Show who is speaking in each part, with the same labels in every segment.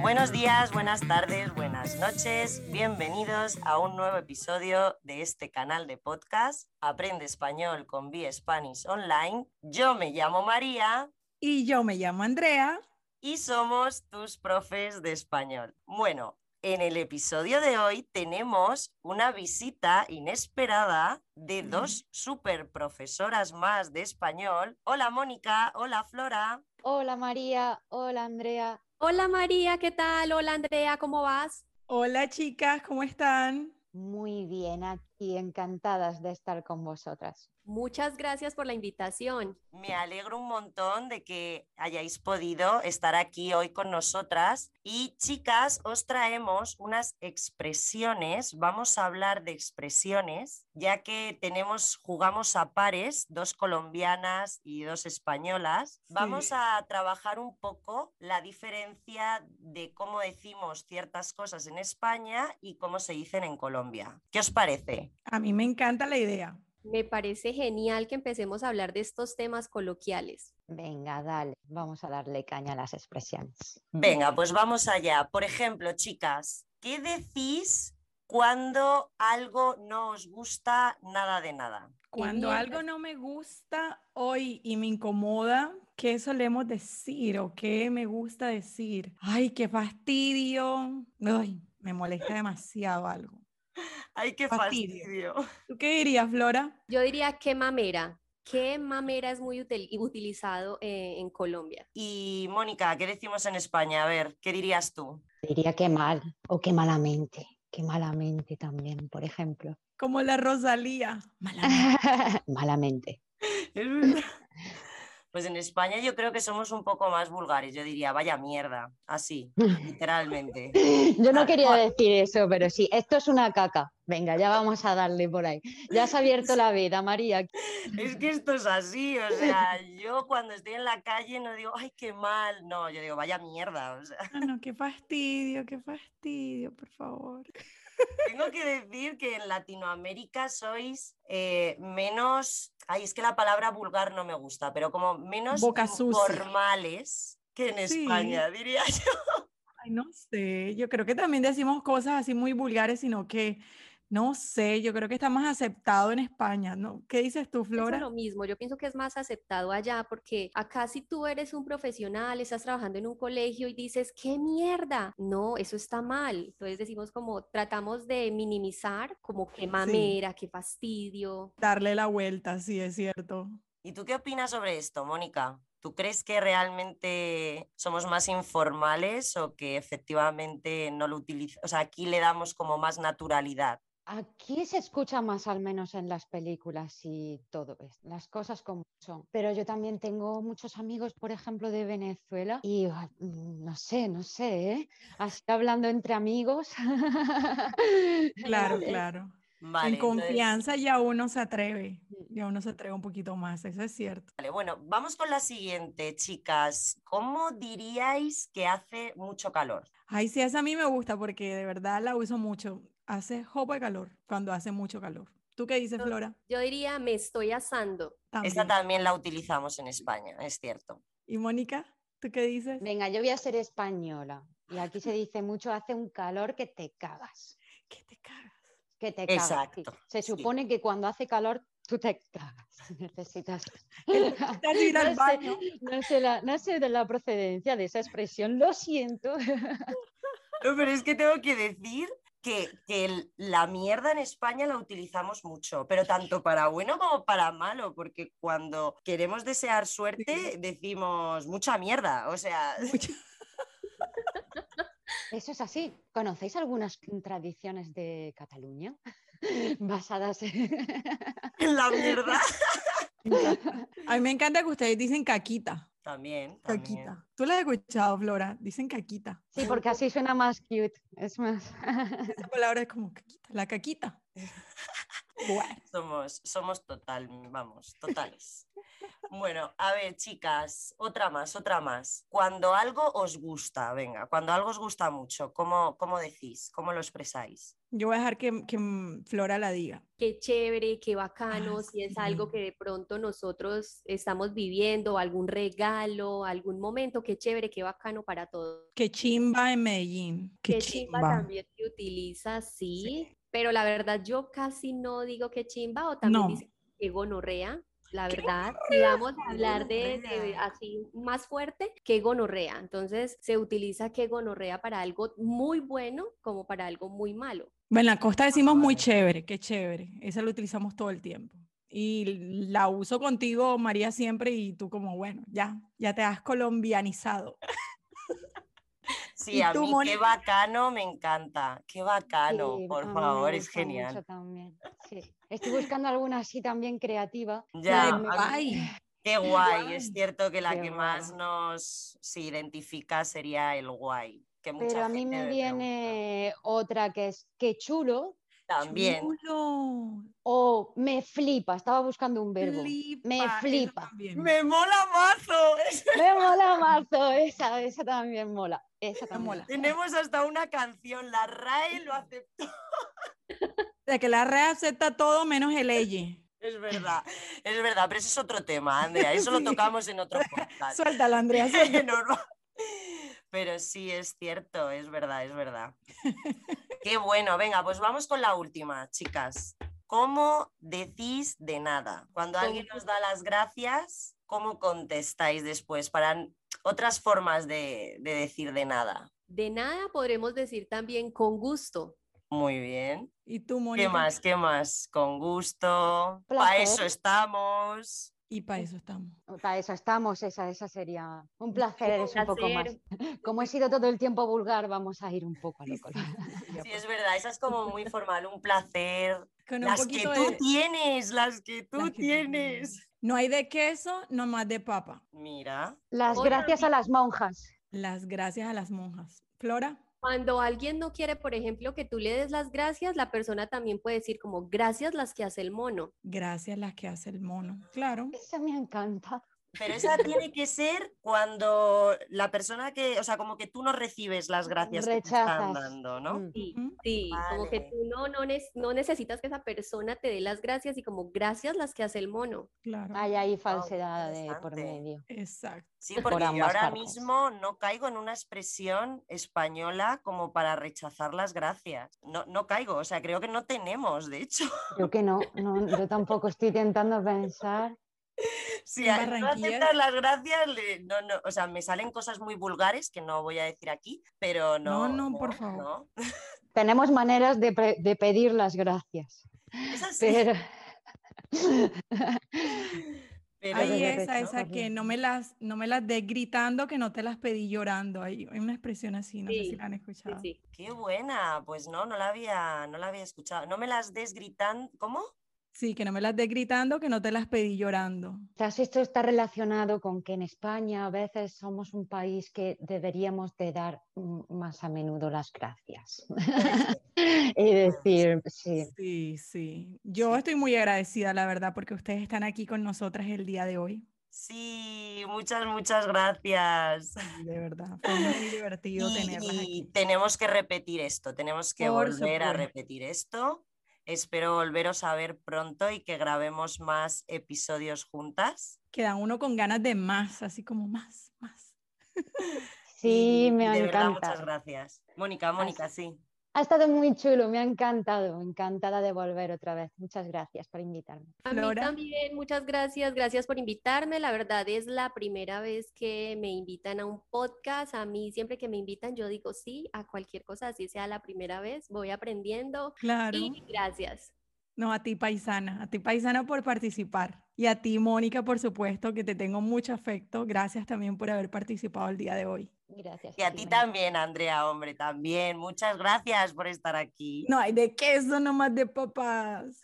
Speaker 1: Buenos días, buenas tardes, buenas noches. Bienvenidos a un nuevo episodio de este canal de podcast Aprende Español con Be Spanish Online. Yo me llamo María
Speaker 2: Y yo me llamo Andrea.
Speaker 1: y somos tus profes de español. Bueno, en el episodio de hoy tenemos una visita inesperada de
Speaker 2: Ujú.
Speaker 1: dos super profesoras más de español. Hola Mónica, hola Flora.
Speaker 3: Hola María, hola Andrea.
Speaker 4: Hola María, ¿qué tal? Hola Andrea, ¿cómo vas?
Speaker 2: Hola chicas, ¿cómo están?
Speaker 3: Muy bien aquí, encantadas de estar con vosotras.
Speaker 4: Muchas gracias por la invitación.
Speaker 1: Me alegro un montón de que hayáis podido estar aquí hoy con nosotras. Y chicas, os traemos unas expresiones. Vamos a hablar de expresiones, ya que tenemos, jugamos a pares, dos colombianas y dos españolas. Vamos
Speaker 2: Sí.
Speaker 1: a trabajar un poco la diferencia de cómo decimos ciertas cosas en España y cómo se dicen en Colombia. ¿Qué os parece?
Speaker 2: A mí me encanta la idea.
Speaker 4: Me parece genial que empecemos a hablar de estos temas coloquiales.
Speaker 3: Venga, dale, vamos a darle caña a las expresiones.
Speaker 1: Venga, pues vamos allá. Por ejemplo, chicas, ¿qué decís cuando algo no os gusta nada de nada?
Speaker 2: Cuando
Speaker 4: bien.
Speaker 2: algo no me gusta hoy y me incomoda, ¿qué solemos decir o qué me gusta decir? Ay, qué fastidio. Ay, me molesta demasiado algo.
Speaker 1: Ay, qué
Speaker 2: Fastidio.
Speaker 1: fastidio.
Speaker 2: ¿Tú qué dirías, Flora?
Speaker 4: Yo diría que mamera. Que mamera es muy util- y utilizado eh, en Colombia.
Speaker 1: Y Mónica, ¿qué decimos en España? A ver, ¿qué dirías tú?
Speaker 3: Diría que mal o que malamente, que malamente también, por ejemplo.
Speaker 2: Como la Rosalía. Mala.
Speaker 3: malamente.
Speaker 1: Pues en España yo creo que somos un poco más vulgares. Yo diría, vaya mierda, así, literalmente.
Speaker 3: Yo no
Speaker 1: Tal
Speaker 3: quería
Speaker 1: cual.
Speaker 3: decir eso, pero sí, esto es una caca. Venga, ya vamos a darle por ahí. Ya has abierto la veda, María.
Speaker 1: Es que esto es así, o sea, yo cuando estoy en la calle no digo, ay, qué mal, no, yo digo, vaya mierda, o sea.
Speaker 2: No, no, qué fastidio, qué fastidio, por favor.
Speaker 1: Tengo que decir que en Latinoamérica sois eh, menos, ay, es que la palabra vulgar no me gusta, pero como menos
Speaker 2: Boca sucia.
Speaker 1: formales que en
Speaker 2: Sí.
Speaker 1: España, diría yo.
Speaker 2: Ay, no sé, yo creo que también decimos cosas así muy vulgares, sino que, no sé, yo creo que está más aceptado en España, ¿no? ¿Qué dices tú,
Speaker 4: Pienso
Speaker 2: Flora?
Speaker 4: lo mismo, yo pienso que es más aceptado allá porque acá si tú eres un profesional, estás trabajando en un colegio y dices, qué mierda, no, eso está mal. Entonces decimos como, tratamos de minimizar como qué mamera, qué fastidio,
Speaker 2: Darle la vuelta, sí, es cierto.
Speaker 1: ¿Y tú qué opinas sobre esto, Mónica? ¿Tú crees que realmente somos más informales o que efectivamente no lo utilizamos? O sea, aquí le damos como más naturalidad.
Speaker 3: Aquí se escucha más al menos en las películas y todo esto, las cosas como son. Pero yo también tengo muchos amigos, por ejemplo, de Venezuela y ah, mm, no sé, no sé, ¿eh? así hablando entre amigos.
Speaker 2: Claro,
Speaker 3: Vale.
Speaker 2: claro.
Speaker 1: Vale,
Speaker 2: en
Speaker 1: entonces-
Speaker 2: confianza ya uno se atreve, ya uno se atreve un poquito más, eso es cierto.
Speaker 1: Vale, bueno, vamos con la siguiente, chicas. ¿Cómo diríais que hace mucho calor?
Speaker 2: Ay, sí, esa a mí me gusta porque de verdad la uso mucho. Hace jopa de calor cuando hace mucho calor. ¿Tú qué dices,
Speaker 4: No,
Speaker 2: Flora?
Speaker 4: Yo diría, me estoy asando.
Speaker 1: Esta
Speaker 2: También.
Speaker 1: también la utilizamos en España, es cierto.
Speaker 2: ¿Y Mónica? ¿Tú qué dices?
Speaker 3: Venga, yo voy a ser española y aquí se dice mucho, hace un calor que te cagas,
Speaker 2: Que te cagas.
Speaker 3: que te cagas. sí.
Speaker 1: Exacto,
Speaker 3: Se
Speaker 1: sí.
Speaker 3: supone que cuando hace calor tú te cagas, necesitas.
Speaker 2: Necesitas ir al
Speaker 3: No sé,
Speaker 2: baño.
Speaker 3: No sé, la, no sé de la procedencia de esa expresión, lo siento.
Speaker 1: No, pero es que tengo que decir que, que el- la mierda en España la utilizamos mucho, pero tanto para bueno como para malo, porque cuando queremos desear suerte decimos mucha mierda, o sea,
Speaker 2: Mucha-
Speaker 3: Eso es así. ¿Conocéis algunas tradiciones de Cataluña basadas
Speaker 1: en la mierda.
Speaker 2: A mí me encanta que ustedes dicen caquita.
Speaker 1: También, también.
Speaker 2: Caquita. ¿Tú la has escuchado, Flora? Dicen caquita.
Speaker 3: Sí, porque así suena más cute. Es más.
Speaker 2: Esa palabra es como caquita. La caquita. Bueno,
Speaker 1: Somos, somos total, vamos, totales. Bueno, a ver, chicas, otra más, otra más. Cuando algo os gusta, venga, cuando algo os gusta mucho, ¿cómo, cómo decís? ¿Cómo lo expresáis?
Speaker 2: Yo voy a dejar que, que Flora la diga.
Speaker 4: qué chévere, qué bacano,
Speaker 2: Ah,
Speaker 4: si es
Speaker 2: sí.
Speaker 4: algo que de pronto nosotros estamos viviendo, algún regalo, algún momento, qué chévere, qué bacano para todos.
Speaker 2: Que chimba en Medellín. Que
Speaker 4: Qué chimba también se utiliza, sí, pero la verdad yo casi no digo que chimba o también
Speaker 2: No.
Speaker 4: dice que gonorrea. La
Speaker 2: ¡Qué
Speaker 4: verdad, si vamos a hablar de, de
Speaker 1: gonorrea!
Speaker 4: así más fuerte, que gonorrea. Entonces se utiliza que gonorrea para algo muy bueno como para algo muy malo.
Speaker 2: Bueno, en la costa decimos muy
Speaker 1: vale.
Speaker 2: chévere, qué chévere. Esa lo utilizamos todo el tiempo. Y la uso contigo, María, siempre y tú como, bueno, ya, ya te has colombianizado.
Speaker 1: Sí,
Speaker 2: ¿Y
Speaker 1: a
Speaker 2: tú,
Speaker 1: mí qué
Speaker 2: Mónica?
Speaker 1: bacano me encanta, qué bacano,
Speaker 3: Sí, a
Speaker 1: Ah, por
Speaker 3: mí me
Speaker 1: favor, es
Speaker 3: gusta mucho
Speaker 1: genial.
Speaker 3: también, sí. Estoy buscando alguna así también creativa.
Speaker 1: Ya,
Speaker 3: pero
Speaker 1: a
Speaker 3: me-
Speaker 1: mí- Qué guay, es
Speaker 2: guay.
Speaker 1: cierto que la
Speaker 3: Qué
Speaker 1: que más
Speaker 3: guay.
Speaker 1: nos se identifica sería el guay. Que mucha
Speaker 3: Pero a mí
Speaker 1: gente
Speaker 3: me
Speaker 1: me pregunta.
Speaker 3: viene otra que es que chulo
Speaker 1: También,
Speaker 2: Chulo,
Speaker 3: o me flipa. Estaba buscando un verbo. Me
Speaker 2: flipa, eso
Speaker 3: flipa.
Speaker 2: también.
Speaker 1: me mola mazo. es-
Speaker 3: Me mola mazo, esa, esa también mola. Esa también.
Speaker 2: mola.
Speaker 1: Tenemos hasta una canción, la RAE lo aceptó.
Speaker 2: De que la red acepta todo menos el E EYE.
Speaker 1: Es verdad, es verdad, pero eso es otro tema, Andrea. Eso lo
Speaker 2: Sí.
Speaker 1: tocamos en otro podcast.
Speaker 2: Suéltalo, Andrea. suéltalo.
Speaker 1: Normal. Pero sí, es cierto, es verdad, es verdad. Qué bueno, venga, pues vamos con la última, chicas. ¿Cómo decís de nada? Cuando
Speaker 4: ¿Cómo?
Speaker 1: alguien os da las gracias, ¿cómo contestáis después? Para n- otras formas de, de decir de nada.
Speaker 4: De nada podremos decir también con gusto.
Speaker 1: Muy bien.
Speaker 2: Y tú,
Speaker 1: ¿Qué
Speaker 2: Mónica.
Speaker 1: más? ¿Qué más? Con gusto. Para
Speaker 3: Placer.
Speaker 1: eso estamos.
Speaker 2: Y para eso estamos.
Speaker 3: Para eso estamos, esa, esa sería un placer, eres un poco más.
Speaker 4: Placer.
Speaker 3: Como he sido todo el tiempo vulgar, vamos a ir un poco a lo colo-
Speaker 1: Sí, es verdad, esa es como muy formal, un placer.
Speaker 2: pues. Con un
Speaker 1: Las que
Speaker 2: poquito
Speaker 1: tú
Speaker 2: de-
Speaker 1: tienes, las que tú
Speaker 2: las que tú
Speaker 1: tienes.
Speaker 2: No hay de queso, nomás de papa.
Speaker 1: Mira,
Speaker 3: Las
Speaker 4: Otra
Speaker 3: gracias a las monjas.
Speaker 2: Las gracias a las monjas. Flora,
Speaker 4: Cuando alguien no quiere, por ejemplo, que tú le des las gracias, la persona también puede decir como gracias las que hace el mono.
Speaker 2: gracias las que hace el mono. Claro.
Speaker 3: Esa me encanta.
Speaker 1: pero esa tiene que ser cuando la persona que, o sea, como que tú no recibes las gracias que te están
Speaker 3: Rechazas.
Speaker 1: dando, ¿no?
Speaker 3: Mm.
Speaker 4: Sí,
Speaker 2: Ujú.
Speaker 4: sí, como que
Speaker 1: Vale.
Speaker 4: tú no, no, nes- no necesitas que esa persona te dé las gracias y como gracias las que hace el mono.
Speaker 2: Claro.
Speaker 3: Hay ahí falsedad de por
Speaker 1: Oh, interesante.
Speaker 3: medio.
Speaker 2: Exacto.
Speaker 1: Sí,
Speaker 3: Por
Speaker 1: porque yo
Speaker 3: ambas
Speaker 1: ahora
Speaker 3: partes.
Speaker 1: mismo no caigo en una expresión española como para rechazar las gracias. No, no caigo, o sea, creo que no tenemos, de hecho.
Speaker 3: Yo que no, no, yo tampoco estoy intentando pensar.
Speaker 1: Si
Speaker 2: En
Speaker 1: a- no
Speaker 2: Barranquilla-
Speaker 1: aceptas las gracias, le- no, no, o sea, me salen cosas muy vulgares que no voy a decir aquí, pero no.
Speaker 2: No, no, por favor.
Speaker 1: no.
Speaker 3: Tenemos maneras de, pre- de pedir las gracias,
Speaker 1: Es así,
Speaker 3: pero
Speaker 1: pero-
Speaker 2: Hay
Speaker 3: de
Speaker 2: esa,
Speaker 3: rechazo,
Speaker 2: esa que
Speaker 3: sí.
Speaker 2: no me las, no me las dé gritando, que no te las pedí llorando. Hay, hay una expresión así, no sé
Speaker 4: Sí,
Speaker 2: si la han
Speaker 4: Sí,
Speaker 2: escuchado.
Speaker 4: sí.
Speaker 1: Qué buena, pues no, no la había, no la había escuchado. No me las des gritando, ¿cómo?
Speaker 2: Sí, que no me las dé gritando, que no te las pedí llorando.
Speaker 3: Quizás esto está relacionado con que en España a veces somos un país que deberíamos de dar mm, más a menudo las gracias
Speaker 1: Ah,
Speaker 3: y decir, sí,
Speaker 2: Sí, sí. Yo
Speaker 1: Sí.
Speaker 2: estoy muy agradecida, la verdad, porque ustedes están aquí con nosotras el día de hoy.
Speaker 1: Sí, muchas, muchas gracias.
Speaker 2: Y De verdad, fue muy divertido tenerlas
Speaker 1: Y
Speaker 2: aquí.
Speaker 1: tenemos que repetir esto, tenemos que
Speaker 2: Por
Speaker 1: volver a
Speaker 2: supuesto.
Speaker 1: repetir esto. Espero volveros a ver pronto y que grabemos más episodios juntas.
Speaker 2: Queda uno con ganas de más, así como más, más.
Speaker 3: sí,
Speaker 1: Y-
Speaker 3: me
Speaker 1: y
Speaker 3: ha
Speaker 1: de verdad, muchas
Speaker 3: encantado.
Speaker 1: gracias. Mónica, Mónica, sí.
Speaker 3: Ha estado muy chulo, me ha encantado, encantada de volver otra vez. Muchas gracias por invitarme.
Speaker 4: A mí
Speaker 2: Flora.
Speaker 4: también, muchas gracias, gracias por invitarme. La verdad es la primera vez que me invitan a un podcast. A mí siempre que me invitan yo digo sí a cualquier cosa, así sea la primera vez, voy aprendiendo.
Speaker 2: Claro.
Speaker 4: Y gracias.
Speaker 2: No, a ti, paisana, a ti, paisana, por participar. Y a ti, Mónica, por supuesto, que te tengo mucho afecto. Gracias también por haber participado el día de hoy.
Speaker 3: Gracias.
Speaker 1: Y a ti
Speaker 3: Jimena.
Speaker 1: también, Andrea, hombre, también. Muchas gracias por estar aquí.
Speaker 2: No hay de queso, nomás de papás.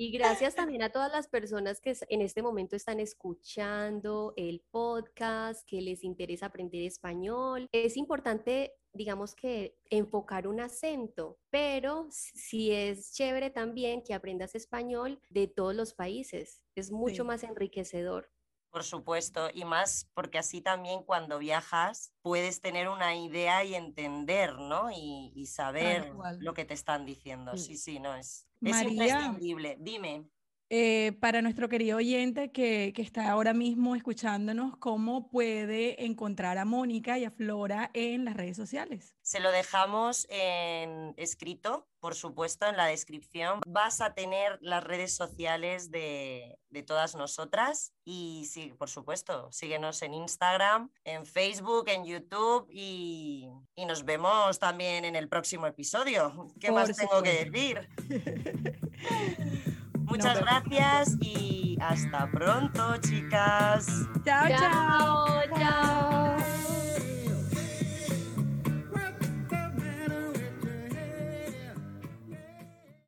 Speaker 4: Y gracias también a todas las personas que es- en este momento están escuchando el podcast, que les interesa aprender español. Es importante digamos que enfocar un acento, pero sí es chévere también que aprendas español de todos los países, es
Speaker 2: Sí.
Speaker 4: mucho más enriquecedor.
Speaker 1: Por supuesto, y más porque así también cuando viajas puedes tener una idea y entender, ¿no? Y, y saber
Speaker 2: cual.
Speaker 1: lo que te están diciendo.
Speaker 3: Mm.
Speaker 1: Sí, sí, no es. Es
Speaker 2: María.
Speaker 1: imprescindible. Dime,
Speaker 2: Eh, para nuestro querido oyente que, que está ahora mismo escuchándonos, ¿cómo puede encontrar a Mónica y a Flora en las redes sociales?
Speaker 1: se lo dejamos en escrito, por supuesto, en la descripción. Vas a tener las redes sociales de, de todas nosotras y sí, por supuesto, síguenos en Instagram, en Facebook, en YouTube y, y nos vemos también en el próximo episodio. ¿Qué
Speaker 2: Por
Speaker 1: más tengo que
Speaker 2: supuesto.
Speaker 1: decir? Muchas
Speaker 2: Nos vemos.
Speaker 1: gracias y hasta pronto, chicas.
Speaker 2: Chao, chao.
Speaker 4: chao.